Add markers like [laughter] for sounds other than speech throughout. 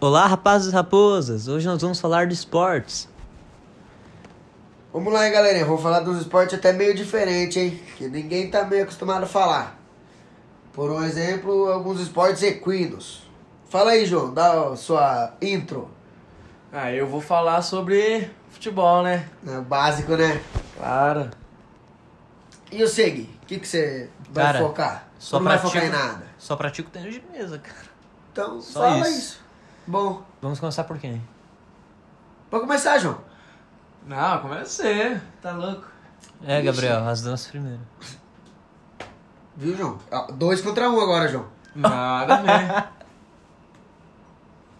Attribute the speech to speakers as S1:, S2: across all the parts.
S1: Olá, rapazes e raposas! Hoje nós vamos falar de esportes.
S2: Vamos lá, hein, galerinha. Vou falar dos esportes até meio diferente, hein? Que ninguém tá meio acostumado a falar. Por um exemplo, alguns esportes equinos. Fala aí, João, dá a sua intro.
S3: Ah, eu vou falar sobre futebol, né?
S2: É básico, né?
S3: Claro.
S2: E o Segui, o que que você vai
S1: Cara,
S2: focar?
S1: Só
S2: Não vai
S1: pratico,
S2: focar em nada.
S1: Só pratico tênis de mesa, cara.
S2: Então,
S1: Só
S2: fala
S1: isso.
S2: isso. Bom,
S1: Vamos começar por quem?
S2: pode começar, João.
S3: Não, comecei. Tá louco?
S1: É, Gabriel, as danças primeiro.
S2: Viu, João? Ó, Dois contra um agora, João.
S3: Nada, né?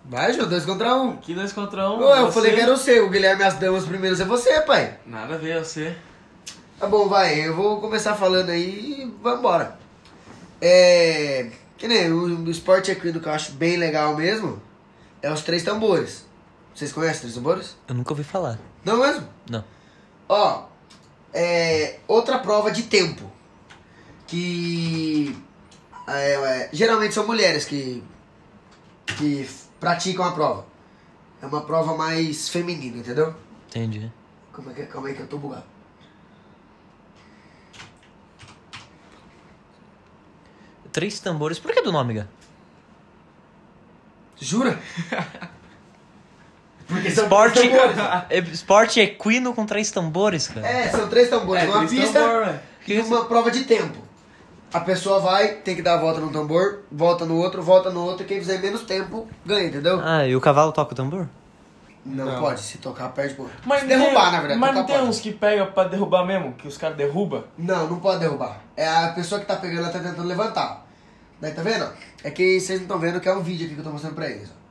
S2: Vai, João, dois contra um.
S3: Aqui dois contra um.
S1: Então,
S2: Ô, eu
S3: você-
S2: falei que era o seu, o Guilherme as damas primeiros é você, pai.
S3: Nada a ver, você.
S2: Tá bom, vai. Eu vou começar falando aí e vambora. É. Que nem o, o esporte equino que eu acho bem legal mesmo é os três tambores. Vocês conhecem os três tambores?
S1: Eu nunca ouvi falar.
S2: Não mesmo?
S1: Não.
S2: Ó, é, outra prova de tempo. Que é, é, geralmente são mulheres que, que praticam a prova. É uma prova mais feminina, entendeu?
S1: Entendi.
S2: Como é que, calma aí que eu tô bugado.
S1: Três tambores. Por que do nome, Gá?
S2: Jura? Porque são
S1: Esporte,
S2: [laughs] três tambores.
S1: é, esporte equino com três tambores, cara.
S2: É, são três tambores. uma
S3: três
S2: pista
S3: tambor, é. velho.
S2: e uma prova de tempo. A pessoa vai, tem que dar a volta no tambor, volta no outro, volta no outro, e quem fizer menos tempo ganha, entendeu?
S1: Ah, e o cavalo toca o tambor?
S2: Não,
S3: Não.
S2: pode, se tocar perde ponto.
S3: Mas
S2: se
S3: tem-
S2: derrubar, na verdade.
S3: Mas
S2: tocar
S3: não tem
S2: pode.
S3: uns que pega pra derrubar mesmo? Que os caras derrubam?
S2: Não, não pode derrubar. É a pessoa que tá pegando, ela tá tentando levantar. Daí tá vendo? É que vocês não estão vendo que é um vídeo aqui que eu tô mostrando pra eles. ó.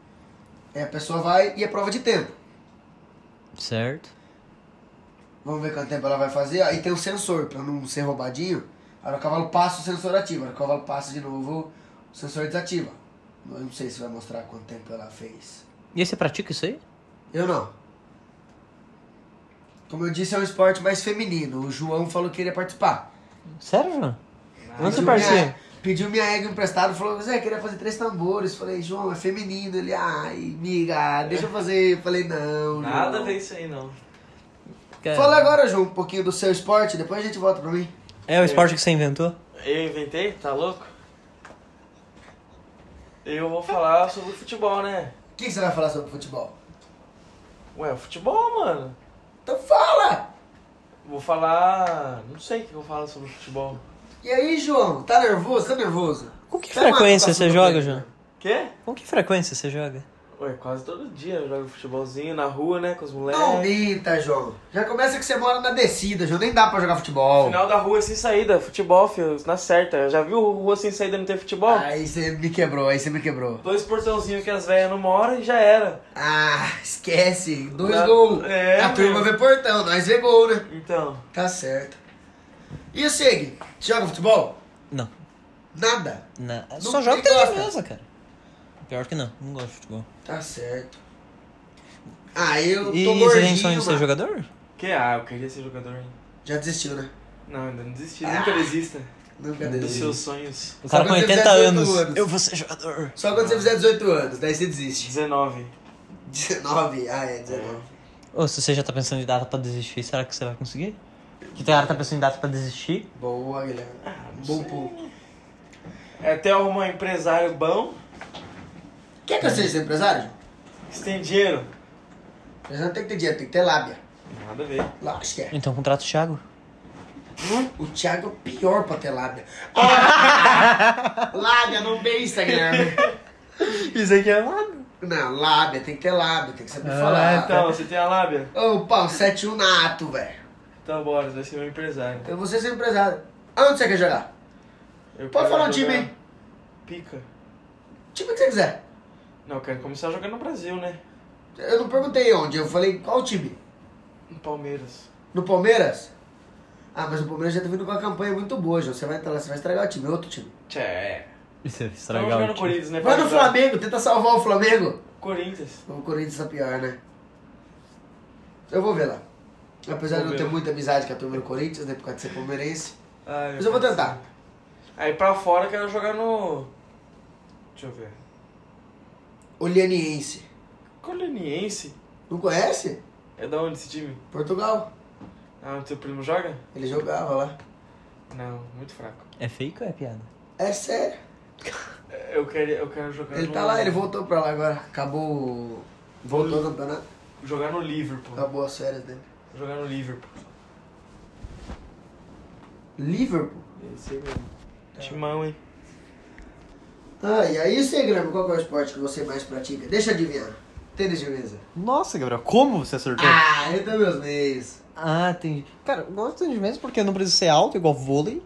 S2: É, a pessoa vai e é prova de tempo.
S1: Certo.
S2: Vamos ver quanto tempo ela vai fazer. Aí tem um sensor, pra não ser roubadinho. A hora que o cavalo passa, o sensor ativa. A hora que o cavalo passa de novo, o sensor desativa. Eu não sei se vai mostrar quanto tempo ela fez.
S1: E aí você pratica isso aí?
S2: Eu não. Como eu disse, é um esporte mais feminino. O João falou que queria participar.
S1: Sério, João? Onde você
S2: Pediu
S1: participa?
S2: minha- Pediu minha égua emprestada, falou, Zé, queria fazer três tambores. Falei, João, é feminino. Ele, ai, miga, deixa eu fazer. Falei, não, João.
S3: isso aí, não.
S1: Cara,
S2: Fala agora, João, um pouquinho do seu esporte, depois a gente volta pra mim.
S1: É o esporte que você inventou?
S3: Eu inventei? Tá louco? Eu vou falar sobre futebol, né?
S2: O que, que você vai falar sobre futebol?
S3: Ué, futebol, mano.
S2: Então fala!
S3: Vou falar. Não sei o que eu falo sobre futebol.
S2: E aí, João, tá nervoso? Tá nervoso?
S1: Com que
S2: Tá uma
S1: frequência
S2: atuação
S1: você
S2: do
S1: joga,
S2: Pedro,
S1: João?
S2: né?
S3: Quê?
S1: Com que frequência você joga?
S3: Ué, quase todo dia eu jogo futebolzinho na rua, né? Com os
S2: Não
S3: moleques.
S2: minta, João. Já começa que você mora na descida, João. Nem dá pra jogar futebol.
S3: Final da rua sem saída, futebol, filho, na certa. Já viu rua sem saída não ter futebol?
S2: Aí você me quebrou, aí você me quebrou.
S3: Dois portãozinhos que as velhas não moram e já era.
S2: Ah, esquece. Dois
S3: Dá-
S2: gols.
S3: É,
S2: A turma
S3: meu.
S2: vê portão, nós vê gol, né?
S3: Então,
S2: Tá certo. E o Seg? Joga futebol?
S1: Não.
S2: Nada.
S1: Na-
S2: Não-
S1: Só jogo
S2: nem
S1: tênis de
S2: gosta.
S1: mesa, cara. Pior que não, não gosto de futebol.
S2: Tá certo. Ah, eu tô
S1: E você tem
S2: gordinho,
S1: sonho de ser
S2: mano.
S1: jogador?
S3: que ah, eu queria ser jogador. hein?
S2: Já desistiu, né?
S3: Não, ainda não desisti,
S2: Ah.
S3: nunca desista
S2: Nunca
S3: dos
S2: desistiu.
S3: seus sonhos.
S1: O cara
S2: Só
S1: com
S2: quando você
S1: 80
S2: fizer 18
S1: anos.
S2: anos.
S1: Eu vou ser jogador.
S2: Só quando você fizer 18 anos, daí você desiste. [laughs]
S3: 19.
S2: 19? Ah, é, 19.
S1: Ou se você já tá pensando em data pra desistir, será que você vai conseguir? Que tem cara que tá pensando em data pra desistir?
S2: Boa, Guilherme. Bom pouco.
S3: É até arrumar um empresário bom,
S2: Quer que eu seja seu empresário? João?
S3: que você tem dinheiro.
S2: Empresário não tem que ter dinheiro, tem que ter lábia.
S3: Nada a ver.
S2: Lá, acho que é.
S1: Então contrata o Thiago.
S2: O Thiago é o pior pra ter lábia. Ah! lábia não beija, Guilherme.
S1: Isso aqui é lado.
S2: Não, lábia, tem que ter lábia, tem que saber
S1: Ah,
S2: falar. um
S3: Então, você tem a lábia?
S2: Ô, pau, 7-1 nato, velho.
S3: Então bora, você vai ser meu empresário.
S2: Eu vou ser seu empresário. Aonde você quer jogar?
S3: Eu
S2: Pode
S3: quero
S2: falar um
S3: jogar
S2: time, hein?
S3: Pica.
S2: Time que você quiser.
S3: Não, eu quero começar a jogar no Brasil, né?
S2: Eu não perguntei onde, eu falei qual time.
S3: No Palmeiras.
S2: No Palmeiras? Ah, mas o Palmeiras já tá vindo com uma campanha muito boa, João. Você vai entrar lá, você vai estragar o time, é outro time.
S3: Tchê.
S1: Isso é
S3: Vamos jogar
S1: estragar
S3: no
S1: o time.
S3: Corinthians, né?
S2: Vai no
S3: Pra ajudar.
S2: Flamengo, tenta salvar o Flamengo.
S3: Corinthians.
S2: O Corinthians é pior, né? Eu vou ver lá. Apesar de
S3: Vou
S2: não
S3: ver.
S2: ter muita amizade com a turma do Corinthians, né? Por causa de ser palmeirense.
S3: Ai,
S2: Mas eu vou
S3: Deus.
S2: tentar.
S3: Aí pra fora eu quero jogar no. Deixa eu ver.
S2: Olianiense.
S3: Coloniense?
S2: Não conhece?
S3: É da onde esse time?
S2: Portugal.
S3: Ah, onde seu primo joga?
S2: Ele jogava lá.
S3: Não, muito fraco.
S1: É fake ou é piada?
S2: É sério.
S3: Eu quero, eu quero jogar
S2: Ele
S3: no...
S2: tá lá, ele voltou pra lá agora. Acabou. o- Voltou o campeonato.
S3: Jogar no Liverpool.
S2: Acabou as férias dele.
S3: Jogar no Liverpool.
S2: Liverpool?
S3: Esse aí mesmo.
S2: É.
S3: Timão, hein?
S2: Ah, e aí você, Guilherme, qual que é o esporte que você mais pratica? Deixa eu adivinhar. Tênis de mesa.
S1: Nossa, Gabriel, como você acertou?
S2: Ah, eu também os meios.
S1: Ah, entendi. Cara, eu gosto de mesmo porque eu não preciso ser alto, igual vôlei.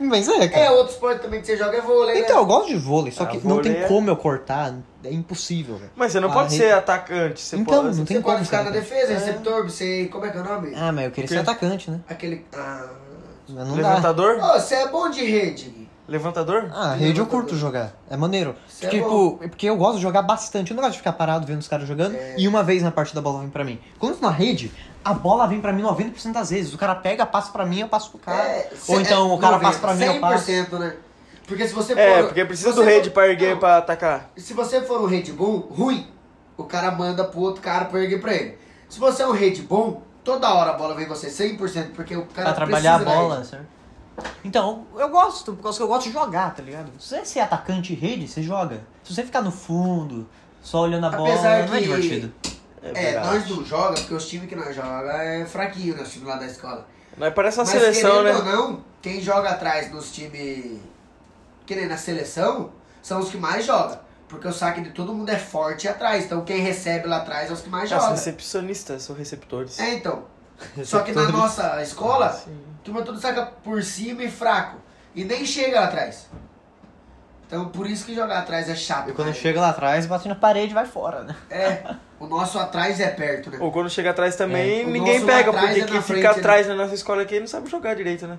S1: Mas é,
S2: É,
S1: cara.
S2: outro esporte também que você joga é vôlei, né?
S1: Então, eu gosto de vôlei, só
S3: Ah,
S1: que não
S3: vôlei
S1: tem
S3: é-
S1: como eu cortar, é impossível, velho.
S3: Mas você não
S1: Ah,
S3: pode
S1: re-
S3: ser atacante. Você
S1: Então,
S3: pode...
S1: não tem
S2: você
S1: como
S2: pode ficar
S1: ser
S2: na
S1: atacante.
S2: defesa,
S1: É.
S2: receptor, você... Como é que é o nome?
S1: Ah, mas eu queria ser
S3: Porque-
S1: atacante, né?
S2: Aquele... Ah...
S1: Mas não dá.
S3: Levantador?
S2: Ô, você é bom de rede. Gui.
S3: Levantador?
S1: Ah, rede eu curto jogar. É maneiro.
S2: Isso é
S1: tipo, é porque eu gosto de jogar bastante. Eu não gosto de ficar parado vendo os caras jogando
S2: É.
S1: e uma vez na partida a bola vem pra mim. Quando eu tô na rede, a bola vem pra mim 90% das vezes. O cara pega, passa pra mim, eu passo pro cara.
S2: É,
S1: Ou
S2: cê-
S1: então
S2: é,
S1: o cara
S2: 90,
S1: passa pra mim, eu passo.
S2: 100%, né? Porque se você for...
S3: É, porque precisa
S2: se
S3: do
S2: você
S3: rede
S2: for-
S3: pra erguer
S2: Não,
S3: pra atacar.
S2: Se você for um rede bom, ruim, o cara manda pro outro cara pra erguer pra ele. Se você é um rede bom, toda hora a bola vem em você 100%, porque o cara
S1: Pra trabalhar a
S2: precisa da
S1: bola,
S2: rede.
S1: certo? Então, eu gosto, por causa que eu gosto de jogar, tá ligado? Se você ser atacante e rede, você joga. Se você ficar no fundo, só olhando a
S2: Apesar
S1: bola, não é
S2: que-
S1: divertido.
S2: É,
S3: verdade.
S2: nós não joga, porque os times que nós joga é fraquinho, né, os times lá da escola.
S3: Nós parece uma
S2: Mas
S3: seleção,
S2: querendo
S3: né?
S2: ou não, quem joga atrás dos times, querendo na seleção, são os que mais jogam. Porque o saque de todo mundo é forte atrás, então quem recebe lá atrás é os que mais
S3: Ah, são
S2: jogam.
S3: recepcionistas, são receptores.
S2: É, então. Só
S1: é [laughs]
S2: que na nossa escola, turma tudo saca por cima e fraco. E nem chega lá atrás. Então por isso que jogar atrás é chato.
S1: E quando
S2: né?
S1: chega lá atrás, bate na parede e vai fora, né?
S2: É, o nosso atrás é perto, né?
S3: Ou quando chega atrás também,
S2: É. O
S3: ninguém
S2: nosso
S3: pega,
S2: atrás
S3: porque
S2: é na
S3: quem
S2: frente,
S3: fica
S2: né?
S3: atrás na nossa escola aqui não sabe jogar direito, né?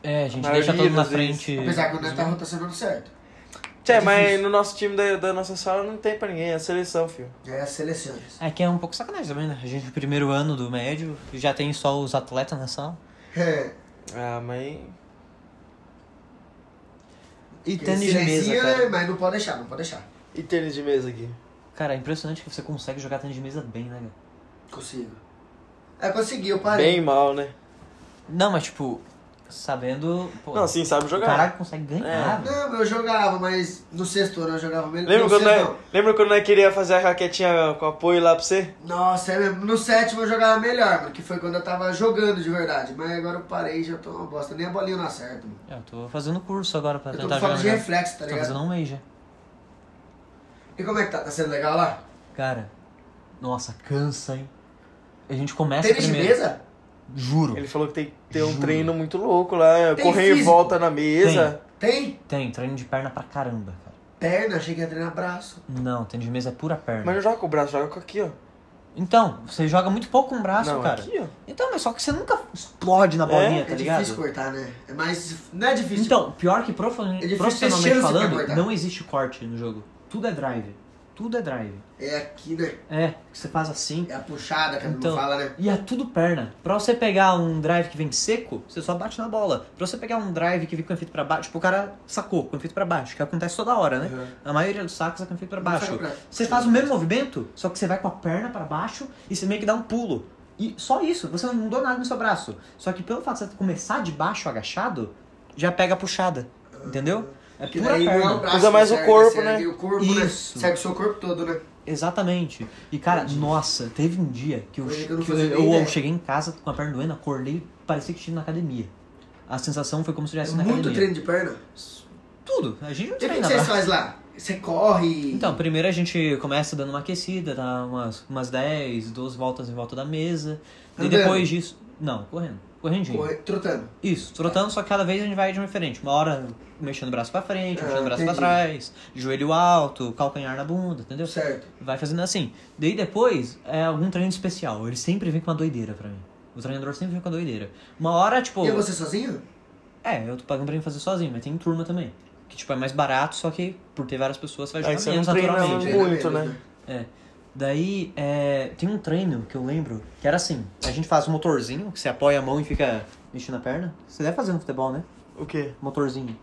S1: É, a gente
S3: A
S1: deixa
S3: maioria
S1: todo mundo na
S3: das vezes.
S1: frente.
S2: Apesar que o Neto tá rotacionando certo.
S3: Tchê,
S2: É
S3: mas
S2: difícil.
S3: no nosso time da, da nossa sala não tem pra ninguém, é a seleção, filho.
S2: É as seleções.
S1: É que é um pouco sacanagem também, né? A gente, no primeiro ano do médio, já tem só os atletas na sala.
S2: É.
S3: Ah, mas.
S1: E tênis de mesa,
S2: Silencia,
S1: cara.
S2: né? Mas não pode deixar, não pode deixar.
S3: E tênis de mesa aqui?
S1: Cara, é impressionante que você consegue jogar tênis de mesa bem, né, cara?
S2: Consigo. É, consegui, eu parei.
S3: Bem mal, né?
S1: Não, mas tipo, sabendo. Pô,
S3: Não, assim, sabe jogar.
S1: Caraca, consegue ganhar,
S3: É.
S1: velho.
S2: Não, eu jogava, mas no sexto ano eu jogava melhor.
S3: Lembra
S2: no
S3: quando,
S2: sexto,
S3: nós, lembra quando nós queria fazer a raquetinha com apoio lá pra você?
S2: não. Nossa, é mesmo. no sétimo eu jogava melhor, mano, que foi quando eu tava jogando de verdade. Mas agora eu parei e já tô uma bosta. Nem a bolinha não acerta, mano.
S1: É, Eu tô fazendo curso agora pra
S2: Eu tô
S1: tentar
S2: com
S1: jogar.
S2: falta de
S1: melhor.
S2: reflexo,
S1: tô
S2: tá ligado?
S1: fazendo um mês já.
S2: E como é que tá? Tá sendo legal lá?
S1: Cara, nossa, cansa, hein? A gente começa
S2: Tênis de
S1: primeiro.
S2: mesa?
S1: Juro.
S3: Ele falou que tem que ter um
S1: Juro.
S3: treino muito louco lá,
S2: Tem
S3: correr e
S2: físico?
S3: volta na mesa.
S2: Tem?
S1: Tem, treino de perna pra caramba, cara.
S2: Perna, achei que ia treinar braço.
S1: Não, tênis de mesa é pura perna.
S3: Mas não joga com o braço, joga com aqui, ó.
S1: Então, você joga muito pouco com o braço,
S3: não,
S1: cara.
S3: aqui, ó.
S1: Então, mas só que você nunca explode na bolinha,
S3: É,
S1: tá
S2: é
S1: ligado?
S2: difícil cortar, né? É mais. Não é difícil. É
S1: Então, pior que profe-
S2: difícil ter
S1: profissionalmente
S2: estilo se
S1: falando,
S2: comportar.
S1: não existe corte no jogo. Tudo é drive. Tudo é drive.
S2: É aqui, né?
S1: É, que você faz assim.
S2: É a puxada que a
S1: Então,
S2: então... fala, né?
S1: E é tudo perna. Pra você pegar um drive que vem seco, você só bate na bola. Pra você pegar um drive que vem com efeito pra baixo, tipo, o cara sacou, com efeito pra baixo, que acontece toda hora, né? A maioria dos sacos é com efeito pra baixo.
S2: saco pra-
S1: Você faz o mesmo movimento, só que você vai com a perna pra baixo e você meio que dá um pulo. E só isso, você não mudou nada no seu braço. Só que pelo fato de você começar de baixo agachado, já pega a puxada. Entendeu? É
S2: Que
S1: pura
S2: daí não é
S1: perna.
S2: o braço
S3: Usa
S2: que
S3: mais o
S2: serve,
S3: corpo,
S2: serve
S3: né?
S2: O corpo, né?
S1: Isso.
S2: Serve o seu corpo todo, né?
S1: Exatamente. E cara, nossa, teve um dia que eu,
S2: Coisa que eu não
S1: que eu,
S2: fazia nem
S1: eu
S2: ideia.
S1: cheguei em casa com a perna doendo, acordei, parecia que estive na academia. A sensação foi como se eu estivesse na
S2: É Muito
S1: é academia.
S2: treino de perna.
S1: Tudo. A gente não
S2: E o que
S1: treina né?
S2: que vocês
S1: nada.
S2: fazem lá? Você corre.
S1: Então, primeiro a gente começa dando uma aquecida, dá umas, umas 10, 12 voltas em volta da mesa. E
S2: Andando.
S1: depois disso. Não, correndo. Correndinho.
S2: Tá corre, trotando.
S1: Isso, trotando, só que cada vez a gente vai de uma diferente. Uma hora mexendo o braço pra frente,
S2: Ah,
S1: mexendo o braço
S2: entendi.
S1: pra trás, joelho alto, calcanhar na bunda, entendeu?
S2: Certo.
S1: Vai fazendo assim. Daí depois é algum treino especial. Ele sempre vem com uma doideira pra mim. O treinador sempre vem com uma doideira. Uma hora, tipo.
S2: E você sozinho?
S1: É, eu tô pagando pra mim fazer sozinho, mas tem turma também. Que tipo, é mais barato, só que por ter várias pessoas vai
S3: Aí
S1: jogar
S3: você
S1: menos
S3: não treina
S1: naturalmente.
S3: Muito,
S2: Treina menos,
S3: né?
S1: É. Daí, é, tem um treino que eu lembro que era assim: a gente faz um motorzinho, que você apoia a mão e fica mexendo a perna. Você deve fazer no futebol, né?
S3: O quê?
S1: Motorzinho.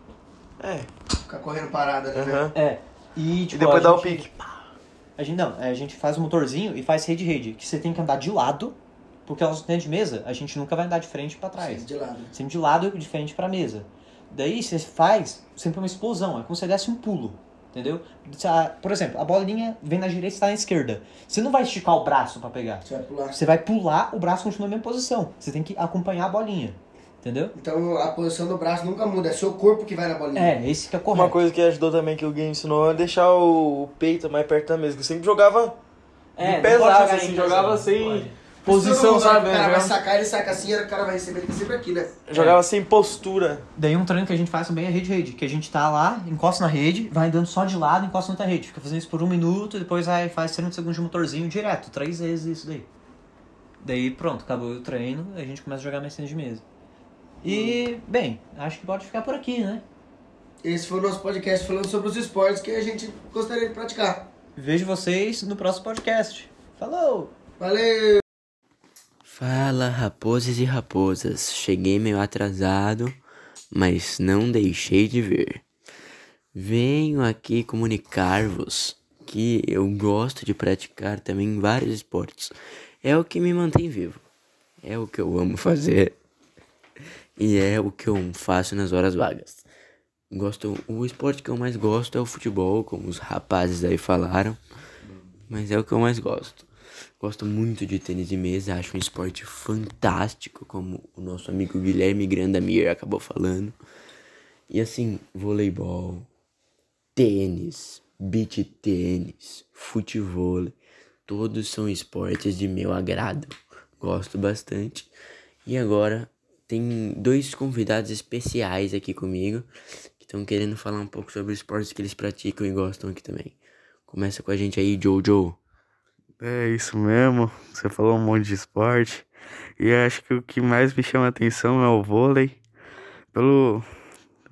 S3: É.
S2: Ficar correndo parada, né?
S3: Aham.
S1: É. E, tipo,
S4: depois
S1: a
S4: dá o
S1: gente-
S4: pique.
S1: A gente não, é, a gente faz o motorzinho e faz rede-rede, que você tem que andar de lado, porque elas têm de mesa, a gente nunca vai andar de frente pra trás.
S2: De né? lado.
S1: Sempre de lado e de frente pra mesa. Daí você faz sempre uma explosão, é como se você desse um pulo, entendeu? Se a- Por exemplo, a bolinha vem na direita e está na esquerda. Você não vai esticar o braço pra pegar.
S2: Você vai pular.
S1: Você vai pular, o braço continua na mesma posição. Você tem que acompanhar a bolinha, entendeu?
S2: Então a posição do braço nunca muda, é seu corpo que vai na bolinha.
S1: É, esse que é
S4: Uma
S1: correto.
S4: coisa que ajudou também que o game ensinou é deixar o o peito mais perto da mesa. que Eu sempre jogava. De
S3: É, não pode
S4: pesado,
S3: jogar
S4: assim,
S3: em
S4: jogava
S3: casa,
S4: sem
S3: não pode.
S4: posição, sabe? né?
S2: O cara vai
S4: Jogava,
S2: sacar, ele saca assim, o cara vai receber ele sempre aqui, né?
S4: jogava sem postura.
S1: Daí um treino que a gente faz também é rede-rede, que a gente tá lá, encosta na rede, vai andando só de lado, encosta na outra rede. Fica fazendo isso por um minuto, depois aí faz 30 segundos de motorzinho direto, três vezes isso daí. Daí pronto, acabou o treino, a gente começa a jogar mais tênis de mesa. E, bem, acho que pode ficar por aqui, né?
S2: Esse foi o nosso podcast falando sobre os esportes que a gente gostaria de praticar.
S1: Vejo vocês no próximo podcast. Falou!
S2: Valeu!
S5: Fala, raposas e raposas. Cheguei meio atrasado, mas não deixei de vir. Venho aqui comunicar-vos que eu gosto de praticar também vários esportes. É o que me mantém vivo. É o que eu amo fazer. E é o que eu faço nas horas vagas. Gosto, o esporte que eu mais gosto é o futebol, como os rapazes aí falaram. Mas é o que eu mais gosto. Gosto muito de tênis de mesa, acho um esporte fantástico, como o nosso amigo Guilherme Grandamir acabou falando. E assim, voleibol, tênis, beach tênis, futebol, todos são esportes de meu agrado. Gosto bastante. E agora tem dois convidados especiais aqui comigo que estão querendo falar um pouco sobre os esportes que eles praticam e gostam aqui também. Começa com a gente aí, Jojo.
S6: É isso mesmo, você falou um monte de esporte. E acho que o que mais me chama a atenção é o vôlei. Pelo,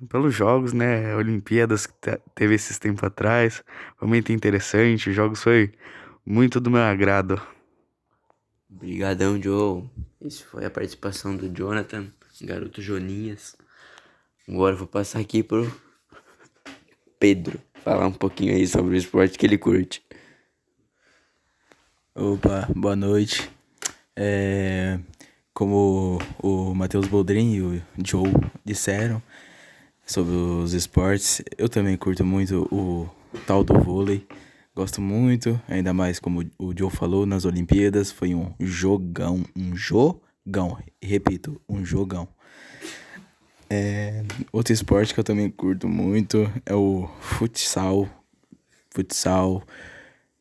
S6: pelos jogos, né? Olimpíadas que te- teve esses tempos atrás. Foi muito interessante. Os jogos foi muito do meu agrado.
S5: Obrigadão, Joe. Esse foi a participação do Jonathan, garoto Joninhas. Agora eu vou passar aqui pro Pedro falar um pouquinho aí sobre o esporte que ele curte.
S7: Opa, boa noite. É, como o Matheus Boldrin e o Joe disseram sobre os esportes, eu também curto muito o tal do vôlei. Gosto muito, ainda mais como o Joe falou nas Olimpíadas, foi um jogão, um jogão. Repito, um jogão. É, outro esporte que eu também curto muito é o futsal. Futsal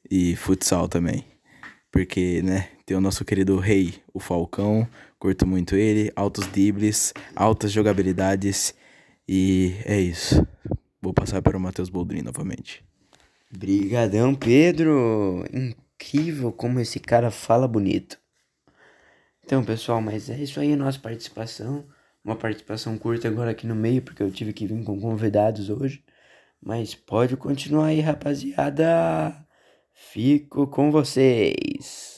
S7: e futsal também. Porque, né, tem o nosso querido rei, o Falcão. Curto muito ele. Altos dribles, altas jogabilidades. E é isso. Vou passar para o Matheus Boldrin novamente.
S5: Brigadão, Pedro! Incrível como esse cara fala bonito. Então, pessoal, mas é isso aí a nossa participação. Uma participação curta agora aqui no meio, porque eu tive que vir com convidados hoje. Mas pode continuar aí, rapaziada. Fico com vocês.